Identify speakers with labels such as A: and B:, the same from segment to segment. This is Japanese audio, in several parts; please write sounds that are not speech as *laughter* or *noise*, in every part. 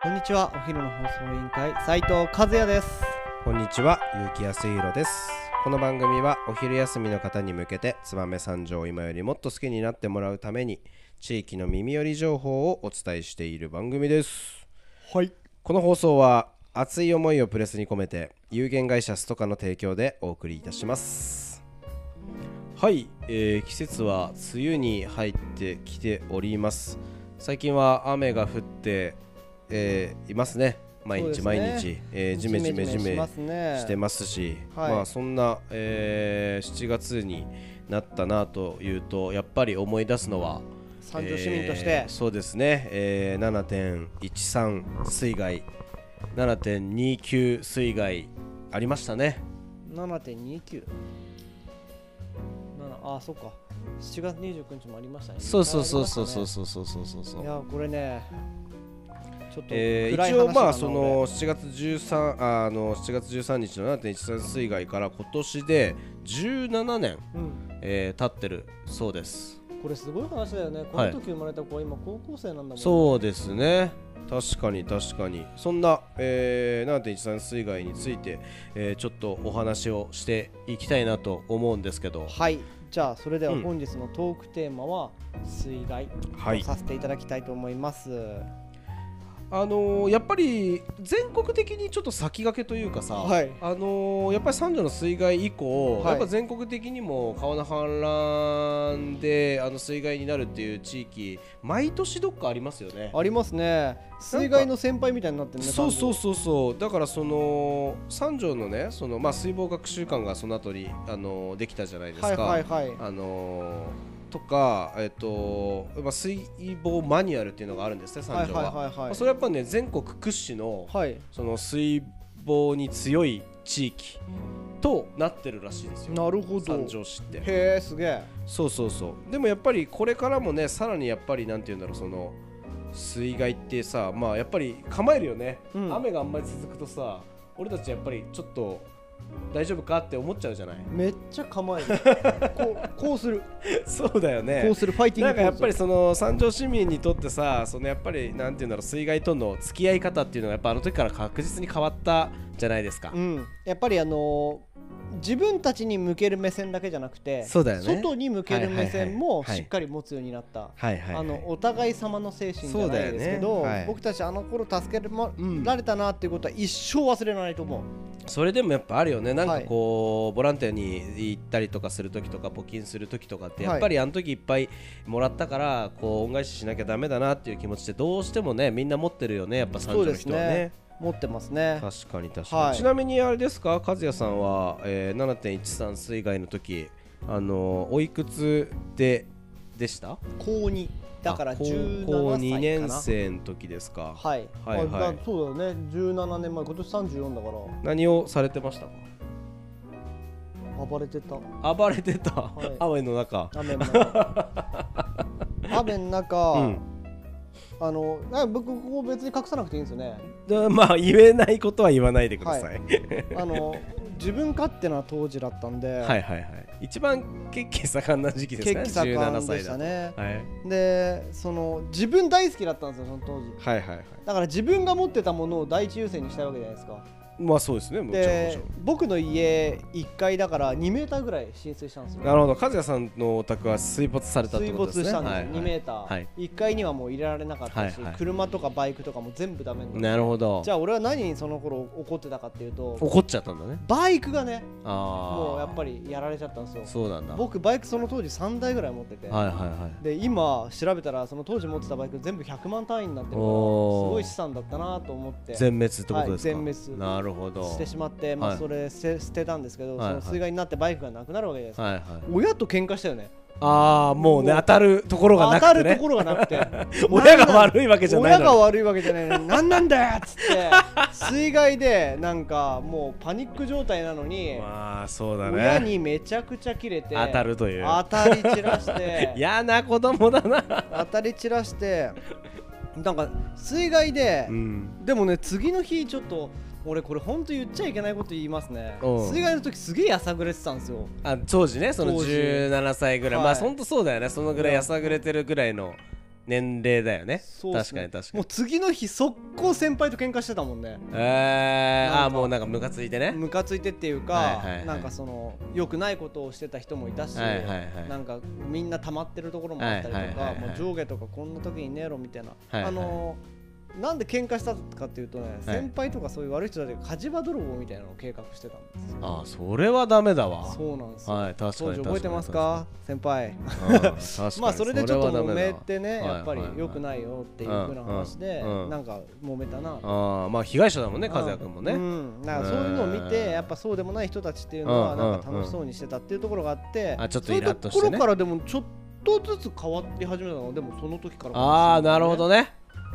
A: こんにちはお昼の放送委員会斉藤和也です
B: こんにちは、ゆうきやすいろです。この番組はお昼休みの方に向けて、燕三条を今よりもっと好きになってもらうために、地域の耳寄り情報をお伝えしている番組です。
A: はい
B: この放送は、熱い思いをプレスに込めて、有限会社ストカの提供でお送りいたします。はい、えー季節は梅雨に入ってきております。最近は雨が降って、えーいますね。毎
A: そうで
B: 日
A: すね
B: 毎日、えージメジメジメ
A: しますね
B: してますし、
A: はい
B: まあそんな、えー7月になったなというとやっぱり思い出すのは
A: 三条市民として、
B: えーそうですね、えー7.13水害7.29水害ありましたね
A: 7.29 7あそっか7月29日もありましたね
B: そうそうそうそうそう
A: そ
B: そうそうそうそうそう
A: いやこれねちょっと
B: えー
A: 暗い話だな、
B: 一応まあその7月13ああの7月13日の7.13水害から今年で17年、
A: 俺うん、
B: えー経ってるそうです
A: これすごい話だよねこの時生まれた子は今高校生なんだもんね、
B: そうですね確かに確かにそんな、えー7.13水害について、えーちょっとお話をしていきたいなと思うんですけど
A: はいじゃあそれでは
B: うん
A: 本日のトークテーマは水害
B: は
A: とさせていただきたいと思います、
B: あのーやっぱり全国的にちょっと先駆けというかさ、
A: はい
B: あのーやっぱり三条の水害以
A: は
B: 降、
A: い
B: やっぱ全国的にも川の氾濫であの水害になるっていう地域毎年どっかありますよね。
A: ありますね水害の先輩みたいになってるね
B: そうそう
A: 三
B: そうそうだからその三条のねその、まあ、水防学習館がその後にあのできたじゃないです
A: 条
B: か。
A: はいはいはい
B: あのとか、えっとまあ、水防マニュアルっていうのがあるんですね
A: はい
B: 三条は。
A: はいはい
B: ま
A: は
B: あ
A: い
B: それはやっぱね全国屈指の
A: はい
B: その水防に強い地域となってるらしいですよ。
A: なるほど
B: 三条市って。
A: へえすげえ
B: そうそうそうでもやっぱりこれからもねさらにやっぱりなんて言うんだろうその水害ってさまあやっぱり構えるよね、
A: うん
B: 雨があんまり続くとさ俺たちやっぱりちょっと大丈夫かって思っちゃうじゃない
A: めっちゃ構えるこうこうする
B: *laughs* そうだよ
A: こうするファイティン
B: な
A: グ
B: んかやっぱ
A: ポー
B: り
A: ズ
B: その三条市民にとってさそのやっぱりなんて言うんだろう水害との付き合い方っていうのはやっぱあの時から確実に変わったじゃないですか、
A: うんやっぱりあのー自分たちに向ける目線だけじゃなくて
B: そうだよね
A: 外に向ける目線
B: は
A: も
B: いはいはい
A: しっかり持つようになった、
B: はいは
A: あのお互い様の精神じゃ
B: そうだ
A: ない
B: よね
A: ですけど、
B: はい
A: 僕たちあの頃助けら
B: うん
A: れたなっていうことは一生忘れないと思う、
B: それでもやっぱあるよねなんかこう、ボランティアに行ったりとかする時とか募金する時とかって
A: はい
B: やっぱりあの時いっぱいもらったからこう恩返ししなきゃダメだなっていう気持ちってどうしてもねみんな持ってるよねやっぱ三
A: そう
B: 条
A: で
B: の
A: す
B: 人は
A: ね
B: ね。
A: 持ってますね
B: 確かに確かに、
A: はい
B: ちなみにあれですか和也さんは、えー、7.13水害の時あのおいくつででした
A: 高2だから
B: あ高
A: 17
B: 校
A: 歳かな
B: 2年生の時ですか、
A: はい、
B: はいはい
A: あだそうだよね17年前今年34だから
B: 何をされてました
A: 暴れてた
B: か暴れてた、 *laughs*
A: い
B: 雨の中
A: 雨の中
B: *laughs*
A: 雨の中、
B: うん
A: あのな僕ここ別に隠さなくていいんですよね
B: で *laughs* まあ言えないことは言わないでください、
A: あの自分勝手な当時だったんで、
B: *laughs* はいはいはい。一番血気盛んな時期ですね。
A: 血気盛んでした
B: 17歳だと。
A: ね
B: はい。
A: でその自分大好きだったんですよその当時
B: はいはいはい。
A: だから自分が持ってたものを第一優先にしたいわけじゃないですか
B: まあそうですね。もちろんもち
A: で
B: ろ
A: 僕の家1階だから2メーターぐらい浸水したんです
B: ん。
A: よ
B: なるほど。和也さんのお宅は水没されたって
A: 水
B: こと
A: 没
B: ですね。
A: したんですよ、2メ
B: はい
A: ーター、
B: はい
A: 1階にはもう入れられなかったし、
B: はいはい
A: 車とかバイクとかも全部ダメになっ
B: はい。
A: た
B: なるほど。
A: じゃあ俺は何にその頃怒ってたかっていうと
B: 怒っちゃったんだね。
A: バイクがね
B: ああ。
A: もうやっぱりやられちゃったんですよ
B: そうなんだ。はい
A: 僕バイクその当時3台ぐらい持ってて、
B: はいはい。
A: で今調べたらその当時持ってたバイク全部100万単位になってるからす
B: おー
A: ごい資産だったなと思って
B: 全滅ってことですか。
A: はい全滅
B: なるほど。
A: してしまって、ま
B: は
A: あ、
B: い
A: それ捨て捨てたんですけど、
B: はいはい
A: その水害になってバイクがなくなるわけじゃないですか、
B: はいはい。
A: 親と喧嘩したよね
B: ああもうね
A: もう
B: 当たるところが
A: 当
B: な
A: た
B: くて
A: ると
B: ね
A: こ。ろがなくて
B: *laughs* 親が悪いわけじゃない
A: 親が
B: のに。
A: 悪いわけじゃないのに何なんだよっつって水害でなんかもうパニック状態なのに、
B: まあそうだ
A: 親
B: ね。
A: にめちゃくちゃ切れて
B: 当たるという。
A: 当たり散らして
B: *laughs* 嫌な子供だな。
A: 当たり散らしてなんか水害で、
B: うん。
A: でもね次の日ちょっと俺これほんと言っちゃいけないこと言いますね
B: うん
A: 水害の時すげえやさぐれてたんですよ
B: あ当時ねその
A: 当時
B: 17歳ぐらい、
A: はい
B: まあほんとそうだよねそのぐらいやさぐれてるぐらいの年齢だよね
A: そうっ
B: 確
A: す
B: か
A: ね
B: に確か
A: もう
B: に
A: 次の日速攻先輩と喧嘩してたもんね
B: えー、あ
A: な
B: あ
A: んか
B: もうなんかムカついてね
A: ムカついてっていうか、
B: はいはいはい
A: なんかその良くないことをしてた人もいたし、
B: はいはいはい
A: なんかみんな溜まってるところもあったりとか、
B: はいはいはいはい
A: もう上下とかこんな時にねえろみたいな、
B: はいはい
A: あのーなんで喧嘩したかっていうとね、先輩とかそういう悪い人たちが火事場泥棒みたいなのを計画してたんですよ
B: ああそれはダメだわ
A: そうなんですよ、
B: はい確か
A: 当
B: に
A: 時
B: 確かに
A: 覚えてますか先輩
B: うん確かに
A: *laughs* まあそれでちょっと
B: はダ
A: 揉
B: メ
A: め
B: だ
A: てね
B: はい
A: やっぱり
B: はいはい
A: 良くないよっていう風な話で、
B: うんうん
A: なんか揉めたな、
B: ああまあ被害者だもんね和也君もね、
A: うん、なんかそういうのを見て、
B: うん
A: やっぱそうでもない人たちっていうのは
B: うん
A: なんか楽しそうにしてたっていうところがあって、
B: あちょっとイラッとしてね
A: そういうところからでもちょっとずつ変わり始めたのでもその時からかもしれい
B: ああなるほど
A: ね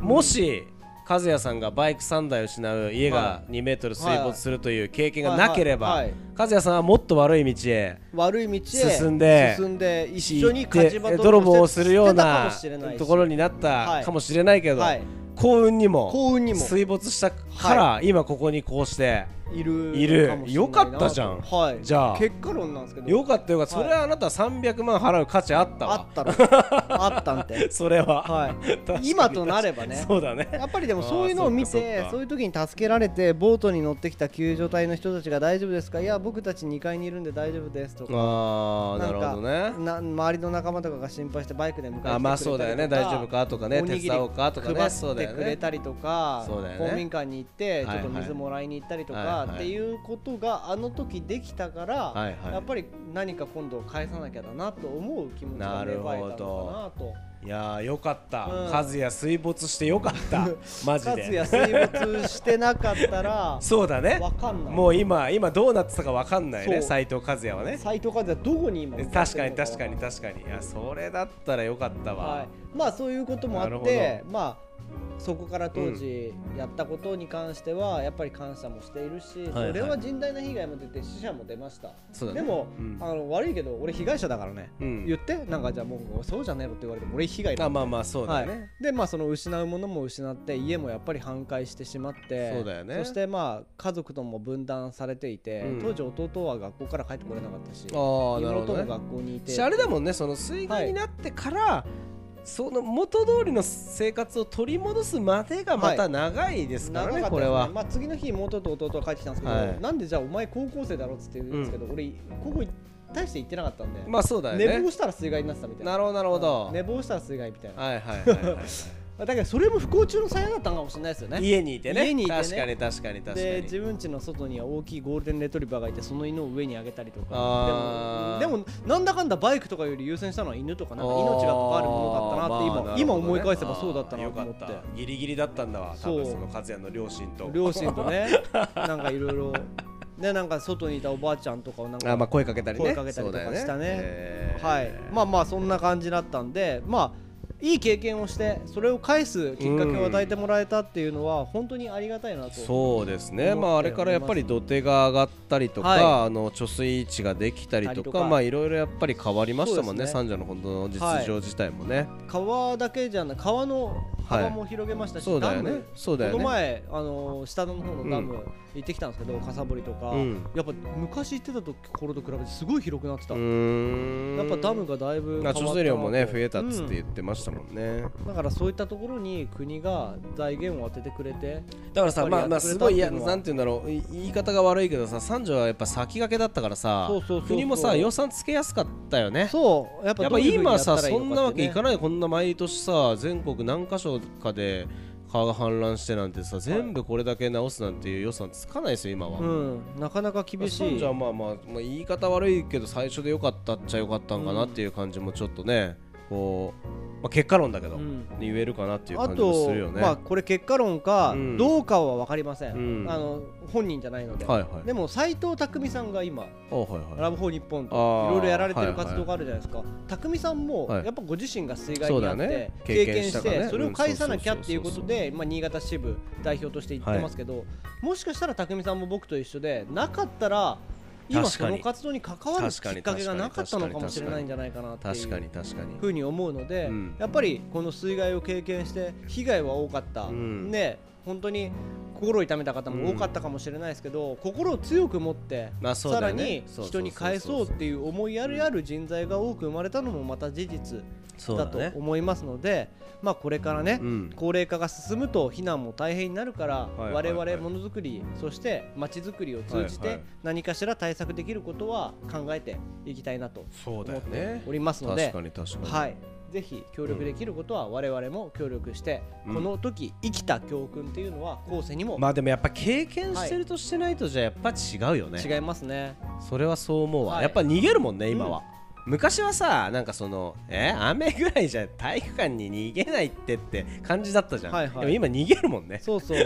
B: ね、もし和也さんがバイク3台を失う家が2メートル水没するという経験がなければ、
A: はいはいはい
B: 和也さんはもっと悪い道へ
A: 悪い道へ
B: 進んで
A: 進んで一緒
B: 行
A: に
B: っ
A: 勝
B: て
A: ちバトル
B: 泥棒をするよ
A: し
B: うな
A: てたかもしれないし
B: ところになっ
A: は
B: た
A: い
B: かもしれないけど、
A: はい
B: 幸運にも
A: 幸運にも
B: 水没したから、今ここにこうして
A: いる
B: いる
A: かもしれないなと
B: よかったじゃん
A: はい
B: じゃあ
A: 結果論なんですけど
B: よかったよかった、
A: はい
B: それはあなた300万払う価値あった
A: あ
B: わ
A: ったろあったんて
B: *laughs* それは、
A: は
B: *laughs* 確かに
A: い今となればね
B: そうだね
A: やっぱりでもそういうのを見
B: あーそっかそ
A: て
B: っか
A: そういう時に助けられてボートに乗ってきた救助隊の人たちが大丈夫ですかいや僕たち2階にいるんで大丈夫ですとか
B: ああなるほど
A: な
B: ね
A: んかな周りの仲間とかが心配してバイクで迎えに来てくれたりとか
B: あまあそうだよね大丈夫かとかね
A: おにぎり
B: 手伝おうかとかね
A: 配
B: そう
A: っ
B: だ
A: て
B: よ
A: くれ
B: ね
A: たりとか、
B: そうだよね
A: 公民館に行ってちょっと
B: はいは
A: 水
B: い
A: もらいに行ったりとか、
B: はいはい
A: っていうことがあの時できたから、
B: はいはい
A: やっぱり何か今度返さなきゃだなと思う気持ちが芽生えたのかなと。
B: いやーよかった、
A: うん
B: 和也水没してよかった
A: *laughs*
B: マジ
A: かつや
B: で
A: 水没してなかった
B: *laughs*
A: ら
B: そうだね
A: わかんない
B: もう今今どうなってたかわかんないね
A: そう
B: 斎藤和也はね
A: 斎藤和也どこに今
B: 確かに確かに確かにいやそれだったらよかったわ、
A: はい、まあそういうこともあ
B: なる
A: っ
B: ほど
A: てまあそこから当時やったことに関してはやっぱり感謝もしているし、
B: はいはい
A: 俺は甚大な被害も出て死者も出ました、
B: そうだね
A: でも、
B: うん
A: あの悪いけど俺被害者だからね、
B: うん
A: 言ってなんかじゃあもうそうじゃねえのって言われても俺被害だ
B: あまあまあそうだよね、
A: はい、でまあその失うものも失って家もやっぱり半壊してしまって
B: そうだよね
A: そしてまあ家族とも分断されていて、
B: うん
A: 当時弟は学校から帰ってこれなかったし
B: あーなるほ
A: 妹
B: ど
A: も
B: ね
A: 学校にいて
B: しあれだもんねその水害になってから、その元通りの生活を取り戻すまでがまた長いですから
A: 長
B: ね、
A: かったですね
B: これは、
A: まあ、次の日妹と弟が帰ってきたんですけど、
B: はい
A: なんでじゃあお前高校生だろっつって言うんですけど、俺高校大して行ってなかったんで、
B: まあそうだよ
A: 寝
B: ね
A: 坊したら水害になってたみたいな
B: なるほどなるほど、
A: うん寝坊したら水害みたいな、
B: はいはいはいはい、
A: だからそれも不幸中の幸いだったのかもしれないですよね
B: 家にいてね
A: 家にいてね
B: 確かに確かに確か
A: で
B: に
A: 自分家の外には大きいゴールデンレトリバーがいてその犬を上にあげたりとか
B: あー
A: でもでもなんだかんだバイクとかより優先したのは犬とかなんか命が関わるものだったなって今,、
B: あーま
A: 今
B: あなるほど
A: 思
B: ね
A: い返せばそうだった
B: あ
A: な
B: ー
A: と思っ
B: よか
A: て
B: ったギリギリだったんだわ多
A: そう
B: 分その和也の両親と
A: 両親とね *laughs* なんかいろいろでなんか外にいたおばあちゃんとかをなんか
B: あまあ声かけたりね
A: 声かけたりとかしたね
B: は
A: はい、まあまあそんな感じだったんでまあいい経験をしてそれを返すきっかけを与えてもらえたっていうのは本当にありがたいなと
B: そうです
A: 思
B: ね、
A: って
B: まあ、あれからやっぱり土手が上がったりとか、
A: は
B: あの貯水池ができたりと
A: たりと
B: か、
A: か
B: まあ、いろいろやっぱり変わりましたもんね、
A: そ
B: 三女の本当の実情自体もね。
A: 川だけじゃない川の幅も広げましたし、
B: そうだよ
A: ダ
B: ね
A: ム、
B: そうだよ
A: この
B: ね。
A: 前あのー下の方のダム行ってきたんですけど、かさぼりとか、
B: うん
A: やっぱ昔行ってたところと比べてすごい広くなってた、
B: うーん
A: やっぱダムがだいぶ変わ
B: あ
A: ったな
B: 貯
A: と
B: 水量もね増えたっつって
A: う
B: 言ってましたもんね、
A: んだからそういったところに国が財源を当ててくれて
B: だからさ
A: やっぱりや
B: まあまあ
A: ってくれた
B: す
A: っ
B: ご
A: て
B: いい
A: いう
B: や
A: のは
B: なんて言うんだろうい言い方が悪いけどさ三女はやっぱ先駆けだったからさ
A: そうそうそうそう
B: 国もさ予算つけやすかったよね
A: そうやっぱ
B: やっ
A: ど
B: ぱ
A: ういうふうに
B: 今さ
A: やったらい
B: そ
A: いのかってね
B: んなわけいかないよこんな毎年さ全国何箇所かで川が氾濫してなんてさ全部これだけ直すなんていう予算つかないですよ今は、
A: うんなかなか厳し
B: 三
A: い
B: 女はまあまあ、まあ、言い方悪いけど最初でよかったっちゃよかったんかなっていう感じもちょっとねこう、まあ、結果論だけど、
A: うん
B: 言えるかなっていう
A: あ
B: 感じも
A: と
B: するよ、ね
A: まあ、これ結果論か
B: うん
A: どうかは分かりません、
B: うん
A: あの本人じゃないので、
B: はいはい
A: でも斎藤匠さんが今
B: あはいは
A: ラブホー日本と
B: あ
A: い
B: ー
A: ろいろやられてる
B: はいはい
A: 活動があるじゃないですか、匠さんも
B: はい
A: やっぱご自身が水害
B: そう
A: にあ
B: だ
A: って、
B: ね
A: 経
B: 経験
A: 験
B: した
A: し
B: から
A: て
B: ね
A: それを返さなきゃ
B: うん
A: っていうことで、まあ、新潟支部代表として言ってますけど、もしかしたら匠さんも僕と一緒でなかったら今
B: 確
A: そ
B: かに
A: の活動に関わるき
B: 確かに
A: っかけがなかったのかもしれないんじゃないかなっ
B: い
A: てい
B: 確か
A: う
B: に確かに
A: ふうに思うので、
B: うん
A: やっぱりこの水害を経験して被害は多かった、
B: うん
A: ね本当に心を痛めた方も多かったかもしれないですけど、心を強く持って、
B: まあそう
A: さ
B: だ
A: ら
B: よね
A: に
B: そうそうそうそう
A: 人に返そうっていう思いやりある人材が多く生まれたのもまた事実
B: そう
A: だ
B: だ
A: と
B: ね
A: 思いますので、まあこれからね、
B: うん
A: 高齢化が進むと避難も大変になるから、
B: はいはいはい
A: 我々ものづくりそしてまちづくりを通じ
B: はい
A: て
B: はい
A: 何かしら対策できることは考えていきたいなと
B: そう
A: 思
B: だよ
A: って
B: ね
A: おりますの
B: 確
A: で
B: か、に確かに
A: はい、ぜひ協力できることは我々も協力して、
B: うん
A: この時生きた教訓っていうのは後世にも
B: まあでもやっぱ経験してるとしてないとじゃあやっぱ違うよね、
A: 違います
B: *laughs*
A: ね。
B: それはそう思うわ、
A: はい
B: やっぱ逃げるもんね今は、昔はさなんかそのえ雨ぐらいじゃ体育館に逃げないってって感じだったじゃん、
A: はいはい
B: でも今逃げるもんね
A: そうそう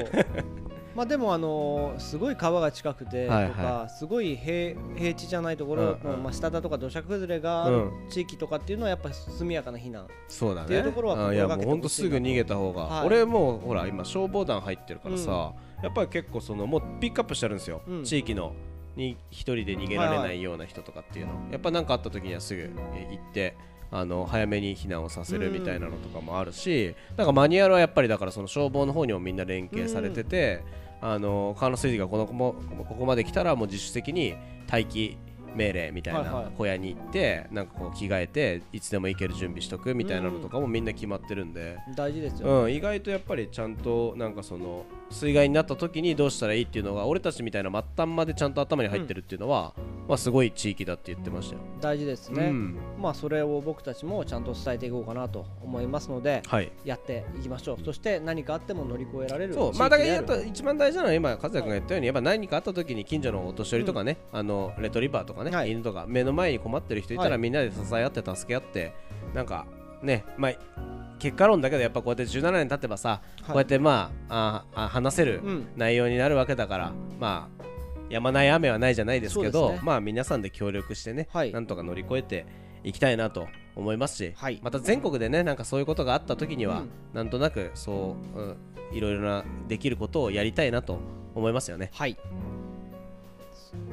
A: まあでもあのーすごい川が近くてとか、
B: はいは
A: すごい平平地じゃないところ
B: うん
A: の、
B: うん
A: まあ、下だとか土砂崩れがある
B: う
A: 地域とかっていうのはやっぱ速やかな避難、
B: そうだね
A: っていうところは
B: あいや
A: 心
B: も
A: が
B: う
A: けて
B: ほんと
A: ほしい
B: す
A: な
B: ぐ逃げた方が、
A: はい
B: 俺もうほら今消防団入ってるからさ、やっぱり結構そのもうピックアップしてあるんですよ、
A: うん
B: 地域のに一人で逃げられ
A: はい
B: な
A: はい
B: いような人とかっていうの、やっぱ何かあった時にはすぐえ行ってあの早めに避難をさせるみたいなのとかもあるし、なんかマニュアルはやっぱりだからその消防の方にもみんな連携されてて、あの川の水位がこのこもここまで来たらもう自主的に待機命令みたい
A: はいはい
B: な小屋に行ってなんかこう着替えていつでも行ける準備しとくみたいなのとかもみんな決まってるんで、
A: 大事ですよ、
B: うん、意外とやっぱりちゃんとなんかその水害になった時にどうしたらいいっていうのが俺たちみたいな末端までちゃんと頭に入ってるっていうのは、まあ、すごい地域だって言ってましたよ。
A: 大事ですね、
B: うん
A: まあそれを僕たちもちゃんと伝えていこうかなと思いますので、
B: はい
A: やっていきましょうそして何かあっても乗り越えられる
B: そう
A: 地
B: まあ
A: 域
B: だ
A: で
B: から
A: あ
B: やっ
A: る
B: ぱ一番大事なのは今和也君が言ったようにやっぱ何かあった時に近所のお年寄りとかね、あのレトリバーとかね、
A: はい
B: 犬とか目の前に困ってる人いた
A: は
B: ら
A: い
B: みんなで支え合って助け合ってなんかねまあ結果論だけどやっぱこうやって17年経ってばさ、
A: い
B: こうやってまあああ話せる
A: うん
B: 内容になるわけだから、まあやまない雨はないじゃないですけ
A: そ
B: ど
A: うですね
B: まあ皆さんで協力してね、
A: はい
B: なんとか乗り越えていきたいなと思いますし、
A: はい
B: また全国でねなんかそういうことがあった時には、
A: うん
B: なんとなくそう、うん、いろいろなできることをやりたいなと思いますよね
A: はい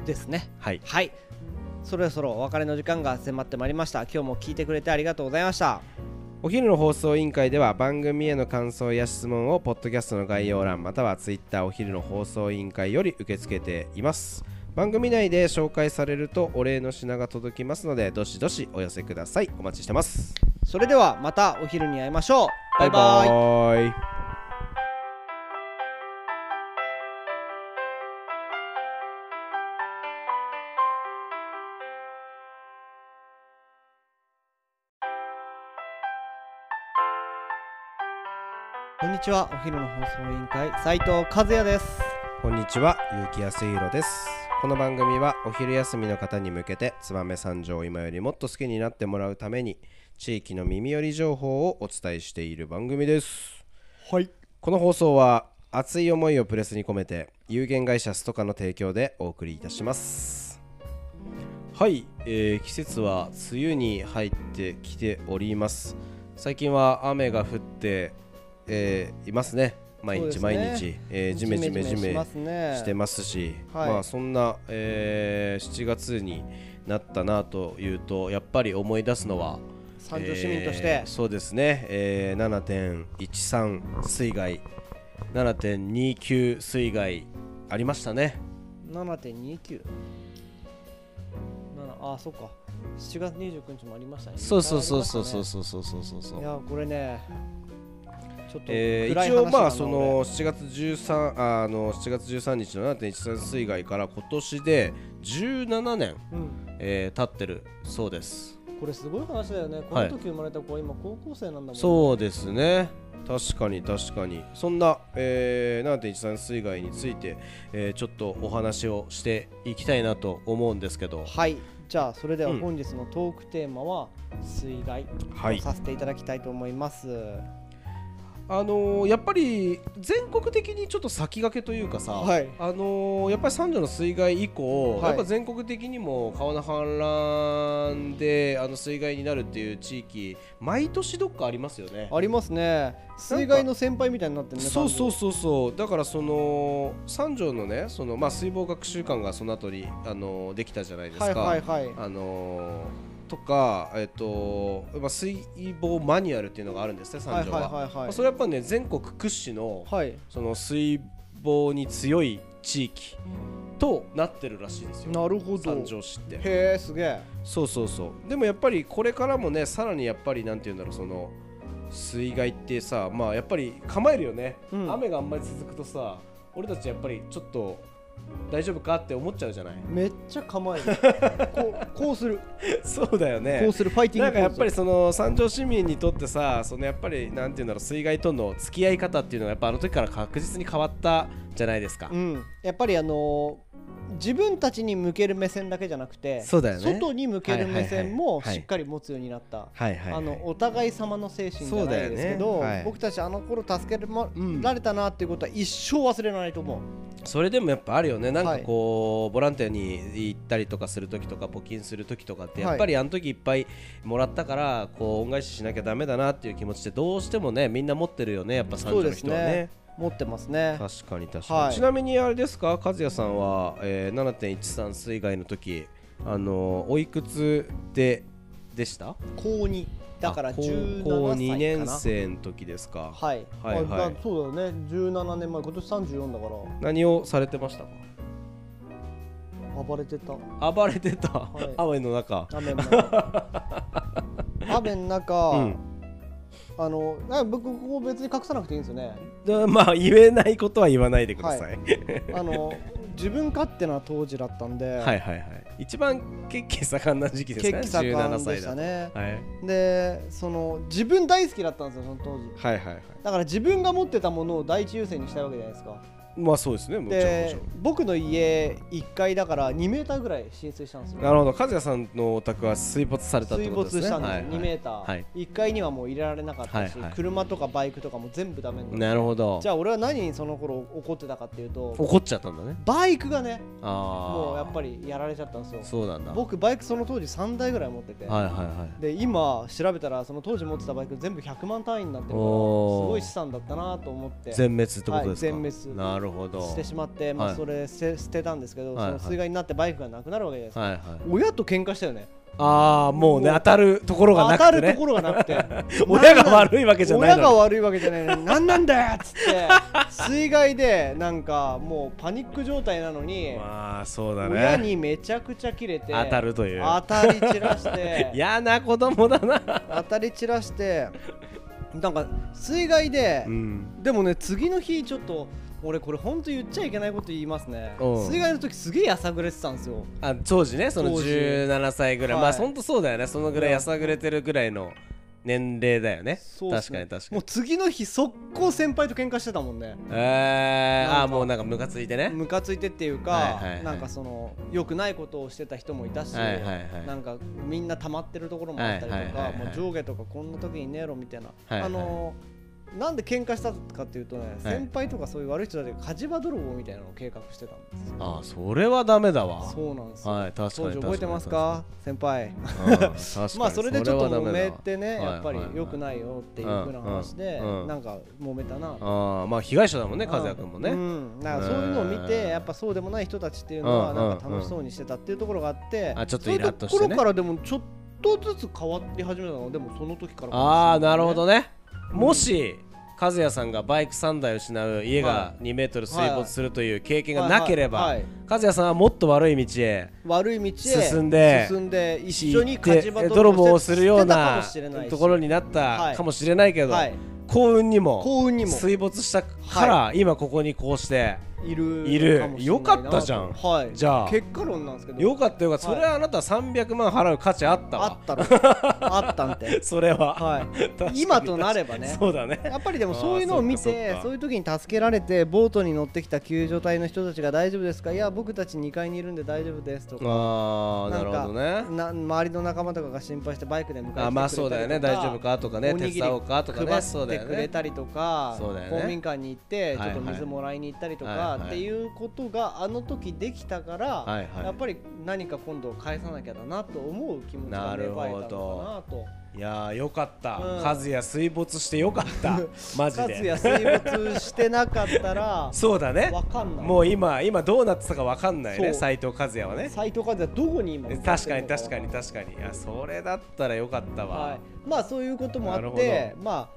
A: ですね
B: はい
A: はいそろそろお別れの時間が迫ってまいりました今日も聞いてくれてありがとうございました
B: お昼の放送委員会では番組への感想や質問をポッドキャストの概要欄またはツイッターお昼の放送委員会より受け付けています番組内で紹介されるとお礼の品が届きますのでどしどしお寄せくださいお待ちしてます
A: それではまたお昼に会いましょうバイバイ
B: バイ
A: こんにちはお昼の放送委員会斉藤和也です
B: こんにちは、ゆうきやすいろです。この番組はお昼休みの方に向けて、燕三条を今よりもっと好きになってもらうために、地域の耳寄り情報をお伝えしている番組です。
A: はい
B: この放送は、熱い思いをプレスに込めて、有限会社ストカの提供でお送りいたします。はい、えー季節は梅雨に入ってきております。最近は雨が降って、えーいますね。毎
A: そうで
B: 日
A: すね
B: 毎日、えージメジメジメ
A: しますね
B: してますし、
A: はい
B: まあそんな、えー7月になったなというとやっぱり思い出すのは
A: 三条市民とし
B: え
A: て
B: ー、そうですね、えー7.13水害7.29水害ありましたね
A: 7.29 7あそっか7月29日もありましたね
B: そうそうそうそうそう
A: いっ
B: そうそうそうそうそ
A: ぱいありました
B: う
A: ねいやこれねちょっと
B: えー
A: 暗い話
B: 一応まあ
A: だな
B: その7月13ああの7月13日の7.13水害から今年で17年、
A: 俺うん
B: えー経ってるそうです
A: これすごい話だよねこの時生まれた子は今高校生なんだもんね
B: そうですね確かに確かにそんな、えー7.13水害について、えーちょっとお話をしていきたいなと思うんですけど
A: はいじゃあそれでは
B: うん
A: 本日のトークテーマは水害
B: はい
A: とさせていただきたいと思います、
B: あのーやっぱり全国的にちょっと先駆けというかさ、
A: はい
B: あのーやっぱり三条の水害以
A: は
B: 降、
A: い
B: やっぱ全国的にも川の氾濫であの水害になるっていう地域毎年どっかありますよね。
A: ありますね水害の先輩みたいになってるね
B: そうそう
A: そ
B: そうそうだからその三条のねその、まあ、水防学習館がその後にあのできたじゃないですか、
A: はいはいはい
B: あのとか、えっとまあ、水防マニュアルっていうのがあるんですね
A: はい
B: 三条は,、
A: はいはい
B: ま
A: は
B: あ
A: い
B: それはやっぱね全国屈指の
A: はい
B: その水防に強い地域となってるらしいですよ
A: なるほど
B: 三条市って
A: へえすげえ
B: そうそうそうでもやっぱりこれからもねさらにやっぱりなんて言うんだろうその水害ってさまあやっぱり構えるよね、
A: うん
B: 雨があんまり続くとさ俺たちやっぱりちょっと大丈夫かって思っちゃうじゃない
A: めっちゃ構えるこうこうする
B: *laughs* そうだよね
A: こうするファイティン
B: な
A: グ
B: んかやっぱ
A: ポー
B: り
A: ズ
B: その三条市民にとってさそのやっぱりなんていうんだろう水害との付き合い方っていうのはやっぱあの時から確実に変わったじゃないですか、
A: うんやっぱりあのー自分たちに向ける目線だけじゃなくて
B: そうだよね
A: 外に向ける目線も
B: はいはいはいはい
A: しっかり持つようになった、
B: はいはい、はい、
A: あのお互い様の精神じゃ
B: そうだ
A: ない
B: よね
A: ですけど、
B: はい
A: 僕たちあの頃助けられま
B: うん
A: られたなっていうことは一生忘れないと思う、
B: それでもやっぱあるよねなんかこう、ボランティアに行ったりとかする時とか募金する時とかっ
A: は
B: て
A: い
B: やっぱりあの時いっぱいもらったからこう恩返ししなきゃダメだなっていう気持ちってどうしてもねみんな持ってるよねやっぱ三条の人は
A: そう
B: ね
A: で持ってますね
B: 確かに確かに、
A: はい
B: ちなみにあれですか和也さんは、えー、7.13水害の時あのおいくつででした
A: 高二だから
B: あ高
A: 17歳かな
B: 校2年生の時ですか、
A: はい、
B: はいはい
A: あだそうだよね17年前今年34だから
B: 何をされてましたか
A: 暴れてた
B: 暴れてた、
A: い
B: *laughs* 雨の中
A: 雨の中 *laughs* 雨の中、
B: うん
A: あのな僕ここ別に隠さなくていいんですよね
B: で *laughs* まあ言えないことは言わないでください、
A: あの自分勝手な当時だったんで、
B: *laughs* *laughs* はいはいはい一番血気盛んな時期です
A: 血
B: ね
A: 気盛
B: 17
A: んで
B: 歳
A: した
B: だと、
A: ね
B: はい、
A: でその自分大好きだったんですよその当時
B: はいはいはい
A: だから自分が持ってたものを第一優先にしたいわけじゃないですか
B: まあそうですねもちろんもち
A: で
B: ろん
A: 僕の家1階だから2メーターぐらい浸水したんですよ
B: なるほど和也さんのお宅は水没されたって
A: 水
B: こと
A: 没
B: ですね
A: したんですよ、2メー
B: ト
A: ター、
B: はい
A: 1階にはもう入れられなかったし、
B: はいはい
A: 車とかバイクとかも全部ダメになって
B: なるほど
A: じゃあ俺は何にその頃怒ってたかっていうと
B: 怒っちゃったんだね
A: バイクがね
B: ああ
A: もうやっぱりやられちゃったんですよ
B: そうなんだはい
A: 僕バイクその当時3台ぐらい持ってて、
B: はいはい
A: で今調べたらその当時持ってたバイク全部100万単位になってるからす
B: おー
A: ごい資産だったなと思って
B: 全滅ってことですか、
A: はい全滅
B: なるほど
A: してしまって、ま
B: は
A: あ、
B: い
A: それ捨て捨てたんですけど、
B: はいはい
A: その水害になってバイクがなくなるわけじゃないですか、
B: はいはい
A: 親と喧嘩したよね
B: ああもうね
A: もう
B: 当たるところが
A: 当
B: な
A: た
B: くて
A: ると
B: ね
A: ころがなくて
B: *laughs* 親が悪いわけじゃな
A: 親
B: いのに
A: が悪いわけじゃないのに何なんだよっつって水害でなんかもうパニック状態なのに、
B: まあそうだね
A: 親にめちゃくちゃ切れて
B: 当たるという
A: 当たり散らして
B: *laughs* 嫌な子供だな
A: 当たり散らしてなんか水害で、
B: うん
A: でもね次の日ちょっと俺これほんと言っちゃいけないこと言いますね
B: うん
A: 水害の時すげえやさぐれてたんですよ
B: あ当時ねその
A: 当時
B: 17歳ぐらい、
A: はい
B: まあほんとそうだよねそのぐらい
A: うん
B: やさぐれてるぐらいの年齢だよね
A: そうっ
B: 確
A: す
B: か
A: ね
B: に確か
A: もう
B: に
A: 次の日速攻先輩と喧嘩してたもんね
B: え
A: なん
B: ー、
A: か
B: あーもうなんかムカついてね
A: ムカついてっていうか、
B: はいはいはい
A: なんかその良くないことをしてた人もいたし、
B: はいはいはい
A: なんかみんな溜まってるところもあったりとか、
B: はいはいはいはい
A: もう上下とかこんな時にねえろみたいな、
B: はいはい
A: あのーなんで喧嘩したかっていうとね、先輩とかそういう悪い人たちが火事場泥棒みたいなのを計画してたんですよ
B: あーそれはダメだわ
A: そうなんですよ、
B: はい確かに
A: 当時覚えてます
B: 確
A: か先輩
B: うん確かに
A: まあそれでちょっと揉
B: はダメだわ
A: めてね
B: はい
A: やっぱり
B: はいはい
A: 良くないよっていう風な話で
B: うんうん
A: なんか揉めたな
B: ああまあ被害者だもんね和也君もね、
A: うん、なんかそういうのを見て
B: うん
A: やっぱそうでもない人たちっていうのは
B: うん
A: なんか楽しそうにしてたっていうところがあって
B: あちょっとイラッとしてね
A: そういうところからでもちょっとずつ変わり始めたのでもその時からかもしれい
B: ああなるほど
A: ね
B: ね、もし和也さんがバイク3台を失う家が2メートル水没するという経験がなければ、
A: はいはいはい
B: 和也さんはもっと悪い道へ
A: 悪い道へ
B: 進んで
A: 進んで一緒に火事場
B: 行って泥棒を
A: して
B: するよう
A: してたか
B: な
A: もしれないし
B: ところになったかもしれないけど、
A: はい
B: 幸運にも
A: 幸運にも
B: 水没したから、今ここにこうして
A: いる
B: いる
A: かもしれないなと
B: よかったじゃん
A: はい
B: じゃあ
A: 結果論なんですけど
B: よかったよかった、
A: はい
B: それはあなた300万払う価値あった
A: あ
B: わ
A: ったろあったんて
B: それは、
A: は
B: *laughs* 確かに
A: い今となればね
B: そうだね
A: やっぱりでもそういうのを見
B: あーそっかそ
A: て
B: っか
A: そういう時に助けられてボートに乗ってきた救助隊の人たちが大丈夫ですかいや僕たち2階にいるんで大丈夫ですとか
B: ああなるほど
A: な
B: ね
A: んかな周りの仲間とかが心配してバイクで迎えに来てくれたりとか
B: あまあそうだよね大丈夫かとかね
A: おにぎり
B: 手伝おうかとかね
A: 配
B: そう
A: っ
B: だ
A: て
B: よ
A: くれ
B: ね
A: たりとか、
B: そうだよね
A: 公民館に行ってちょっと
B: はいは
A: 水
B: い
A: もらいに行ったりとか、
B: はいはい
A: っていうことがあの時できたから、
B: はいはい
A: やっぱり何か今度返さなきゃだなと思う気持ちが
B: な
A: 芽
B: るほ
A: 生え
B: ど
A: たのかなと。
B: いやーよかった、
A: うん
B: 和也水没してよかった
A: *laughs*
B: マジ
A: かつや
B: で
A: 水没してなかった
B: *laughs*
A: ら
B: そうだね
A: わかんない
B: もう今今どうなってたかわかんないね
A: そう
B: 斎藤和也はね
A: 斎藤和也どこに今向かっ
B: 確
A: て
B: か
A: る
B: に
A: の
B: 確か
A: わ
B: に
A: んない
B: 確かにいやそれだったらよかったわ、
A: はい、まあそういうこともあ
B: なる
A: っ
B: ほ
A: て
B: ど
A: まあ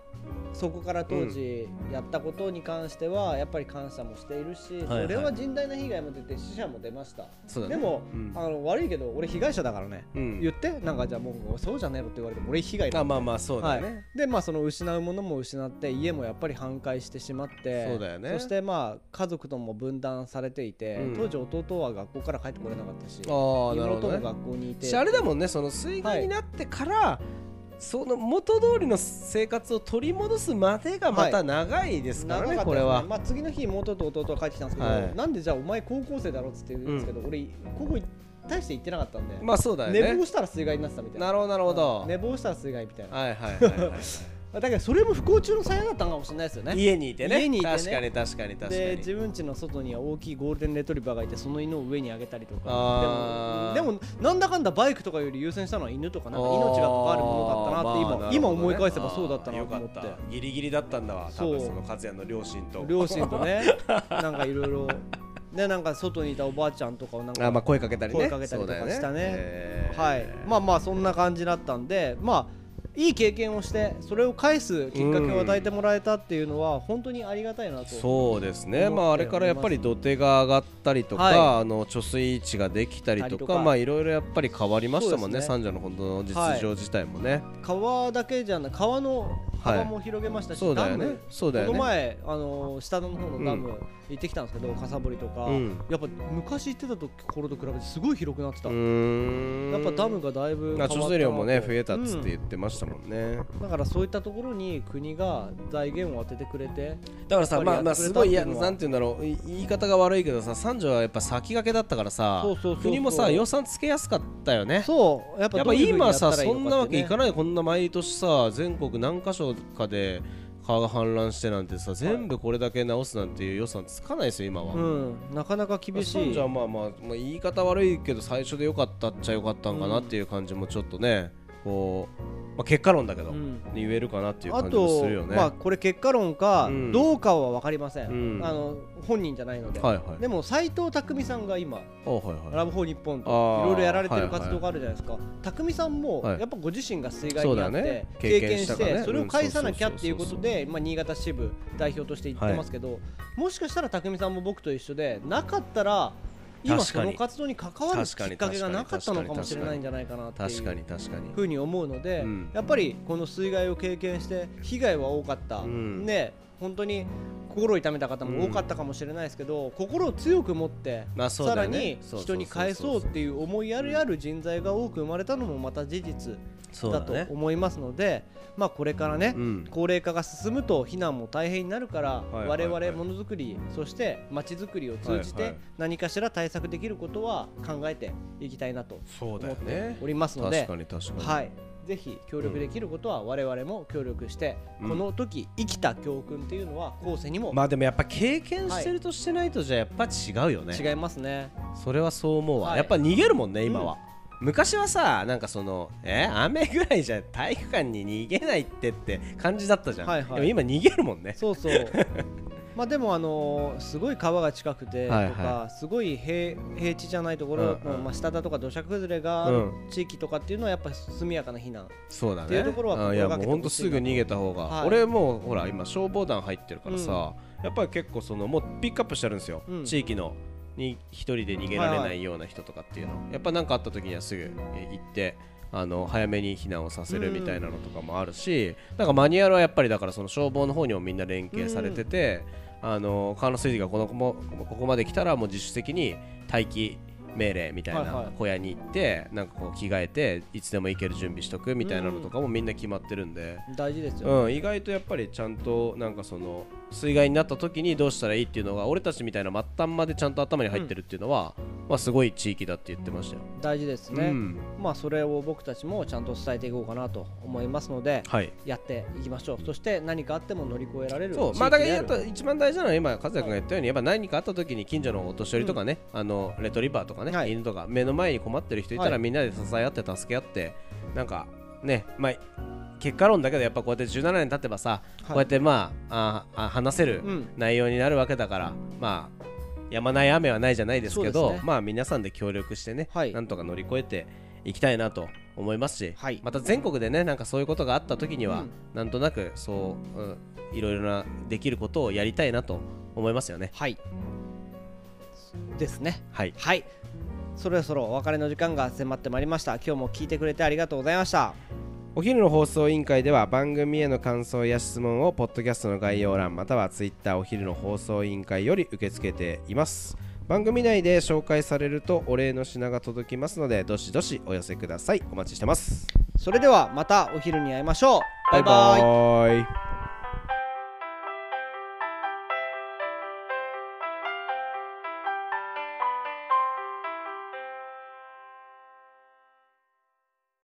A: そこから当時やったことに関してはやっぱり感謝もしているし、
B: はいはい
A: それは甚大な被害も出て死者も出ました、
B: そうだね
A: でも、
B: うん
A: あの悪いけど俺被害者だからね、
B: うん
A: 言ってなんかじゃあもうそうじゃねえのって言われても俺被害だ
B: あまあまあそうだよね、
A: はい、でまあその失うものも失って家もやっぱり半壊してしまって
B: そうだよね
A: そしてまあ家族とも分断されていて、
B: うん
A: 当時弟は学校から帰ってこれなかったし
B: ああな
A: 妹
B: るほど
A: も
B: ね
A: 学校にいて
B: しあれだもんねその水害になってから、その元通りの生活を取り戻すまでがまた長いですから
A: 長
B: ね、
A: かったですね
B: これは、
A: まあ、次の日妹と弟が帰ってきたんですけど、
B: はい
A: なんでじゃあお前高校生だろっつって言うんですけど、俺高校い大して行ってなかったんで、
B: まあそうだよ
A: 寝
B: ね
A: 坊したら水害になってたみたいな
B: なるほどなるほど、
A: うん寝坊したら水害みたいな、
B: はいはいはいはい、
A: *laughs* だからそれも不幸中の幸いだったのかもしれないですよね
B: 家にいてね
A: 家にいてね
B: 確かに確かに確か
A: で
B: に
A: 自分家の外には大きいゴールデンレトリバーがいてその犬を上にあげたりと
B: あ
A: かで
B: ー
A: もでもなんだかんだバイクとかより優先したのは犬とかなんか命が関わるものだったなって今,、
B: あーまあ
A: 今
B: なるほど
A: 思
B: ね
A: い返せばそうだった
B: あ
A: な
B: ー
A: と思って
B: よかったギリギリだったんだわ多分
A: そう
B: その和也の両親と
A: 両親とねなんかいろいろでなんか外にいたおばあちゃんとかをなんか
B: あまあ声かけたりね
A: 声かけたりとかしたねはい、ま
B: ま
A: あまあそんな感じだったんでまあいい経験をしてそれを返すきっかけを与えてもらえたっていうのは本当にありがたいなと
B: そうです
A: 思
B: ね、
A: って
B: まあ、あれからやっぱり土手が上がったりとか、
A: は
B: あの貯水池ができたりと
A: たりと
B: か、
A: か
B: まあ、いろいろやっぱり変わりましたもんね、
A: そう
B: 三女の本当の実情自体もね。
A: 川だけじゃない川の幅も広げましたし、
B: そうだよ
A: ダ
B: ね
A: ム、
B: そうだよ
A: この
B: ね。
A: 前あのー下の方のダム行ってきたんですけど、かさぼりとか、
B: うん
A: やっぱ昔行ってたところと比べてすごい広くなってた、
B: うーん
A: やっぱダムがだいぶ変わ
B: あ
A: ったな
B: 貯
A: と
B: 水量もね増えたっつって
A: う
B: 言ってましたもんね、
A: んだからそういったところに国が財源を当ててくれて
B: だからさ
A: やっぱり
B: まあま
A: や
B: あ
A: ってく
B: す
A: れた
B: ご
A: って
B: い
A: い
B: いうや
A: のは
B: なんて言うんだろうい言い方が悪いけどさ三女はやっぱ先駆けだったからさ
A: そうそうそうそう
B: 国もさ予算つけやすかったよね
A: そうやっぱ
B: やっ
A: ど
B: ぱ
A: ういう風に
B: 今さ
A: やったらいい
B: そ
A: の
B: んなわけい
A: か
B: か
A: ってね
B: ないよこんな毎年さ全国何箇所かで川が氾濫してなんてさ全部これだけ直すなんていう予算つかないですよ今は。
A: うんなかなか厳しい
B: じゃまあまあ、まあ、言い方悪いけど最初で良かったっちゃ良かったんかなっていう感じもちょっとね、こう、まあ、結果論だけど、
A: うん
B: に言えるかなっていう
A: あ
B: 感じも
A: と
B: するよ、ね。
A: まあ、これ結果論か
B: うん
A: どうかは分かりません、
B: うん
A: あの本人じゃないので、
B: はいはい。
A: でも斎藤匠さんが今
B: あはいは
A: ラブホー日本と
B: あー
A: いろいろやられて
B: は
A: る
B: いはい
A: 活動があるじゃないですか、匠さんも
B: はい
A: やっぱご自身が水害にあっ
B: そうだね
A: て
B: 経
A: 経
B: 験
A: 験
B: した
A: し
B: からね
A: てそれを返さなきゃ
B: うん
A: っていうことでまあ新潟支部代表として行ってますけどもしかしたら匠さんも僕と一緒でなかったら今
B: 確か
A: そ
B: に
A: の活動に関わるき
B: 確かに
A: っかけがなかったのかもしれないんじゃないかなっ
B: い。
A: てい
B: 確か
A: う
B: に確かに。
A: ふうに思うので、
B: うん
A: やっぱりこの水害を経験して被害は多かった、
B: うん
A: ね本当に心を痛めた方も多かったかもしれないですけど、心を強く持って、
B: まあそう
A: さ
B: だ
A: ら
B: よね
A: に
B: そうそうそうそう
A: 人に返そうっていう思いやりある人材が多く生まれたのもまた事実
B: そう
A: だ
B: だ
A: と
B: ね。
A: 思いますので、まあこれからね、
B: うん
A: 高齢化が進むと避難も大変になるから、
B: はいはいはい
A: 我々ものづくりそしてまちづくりを通じ
B: はいは
A: て
B: い
A: 何かしら対策できることは考えていきたいなと
B: そ
A: 思
B: う
A: っ
B: だよ
A: て
B: ね。
A: おりますので
B: 確か。に確かに。
A: はい、ぜひ協力できることは我々も協力して、
B: うん
A: この時生きた教訓っていうのは後世にも
B: まあでもやっぱ経験してるとしてないとじゃやっぱ違うよね。
A: 違いますね。
B: それはそう思うわ、
A: はい
B: やっぱ逃げるもんね今は、昔はさなんかそのえ雨ぐらいじゃ体育館に逃げないってって感じだったじゃん、
A: はいはい
B: でも今逃げるもんね
A: そうそう *laughs* まあでもあのーすごい川が近くてとか、
B: はいは
A: すごい平平地じゃないところ
B: うん
A: の、
B: うん
A: まあ、下田とか土砂崩れがある
B: う
A: 地域とかっていうのはやっぱ速やかな避難、
B: そうだね
A: っていうところは
B: あいや
A: 心がけてほ
B: もう
A: しいな
B: ほんとすぐ逃げた方が、
A: はい
B: 俺もうほら今消防団入ってるからさ、やっぱり結構そのもうピックアップしてあるんですよ、
A: うん
B: 地域のに一人で逃げられ
A: はい
B: な
A: はい
B: いような人とかっていうの、やっぱ何かあった時にはすぐえ行ってあの早めに避難をさせるみたいなのとかもあるし、なんかマニュアルはやっぱりだからその消防の方にもみんな連携されてて、あの川の水位がこのこもここまで来たらもう自主的に待機命令みたい
A: はいはい
B: な小屋に行ってなんかこう着替えていつでも行ける準備しとくみたいなのとかもみんな決まってるんで、
A: 大事ですよ、
B: うん、意外とやっぱりちゃんとなんかその水害になった時にどうしたらいいっていうのが俺たちみたいな末端までちゃんと頭に入ってるっていうのは、まあ、すごい地域だって言ってましたよ。
A: 大事ですね、
B: うん
A: まあそれを僕たちもちゃんと伝えていこうかなと思いますので、
B: はい
A: やっていきましょうそして何かあっても乗り越えられる
B: そう
A: 地
B: まあ
A: 域で
B: だから
A: あ
B: やっ
A: る
B: ぱ一番大事なのは今和也君が言ったようにやっぱ何かあった時に近所のお年寄りとかね、あのレトリバーとかね、
A: はい
B: 犬とか目の前に困ってる人いたら
A: はい
B: みんなで支え合って助け合ってなんかねまあ結果論だけどやっぱこうやって17年経ってばさ、
A: い
B: こうやってまあああ話せる
A: うん
B: 内容になるわけだから、まあやまない雨はないじゃないですけ
A: そ
B: ど
A: うですね
B: まあ皆さんで協力してね、
A: はい
B: なんとか乗り越えていきたいなと思いますし、
A: はい
B: また全国でねなんかそういうことがあった時には、
A: うん
B: なんとなくそう、うん、いろいろなできることをやりたいなと思いますよね
A: はいですね
B: はい
A: はいそろそろお別れの時間が迫ってまいりました今日も聞いてくれてありがとうございました
B: お昼の放送委員会では番組への感想や質問をポッドキャストの概要欄またはツイッターお昼の放送委員会より受け付けています番組内で紹介されるとお礼の品が届きますのでどしどしお寄せくださいお待ちしてます
A: それではまたお昼に会いましょうバイバイ
B: バイバイ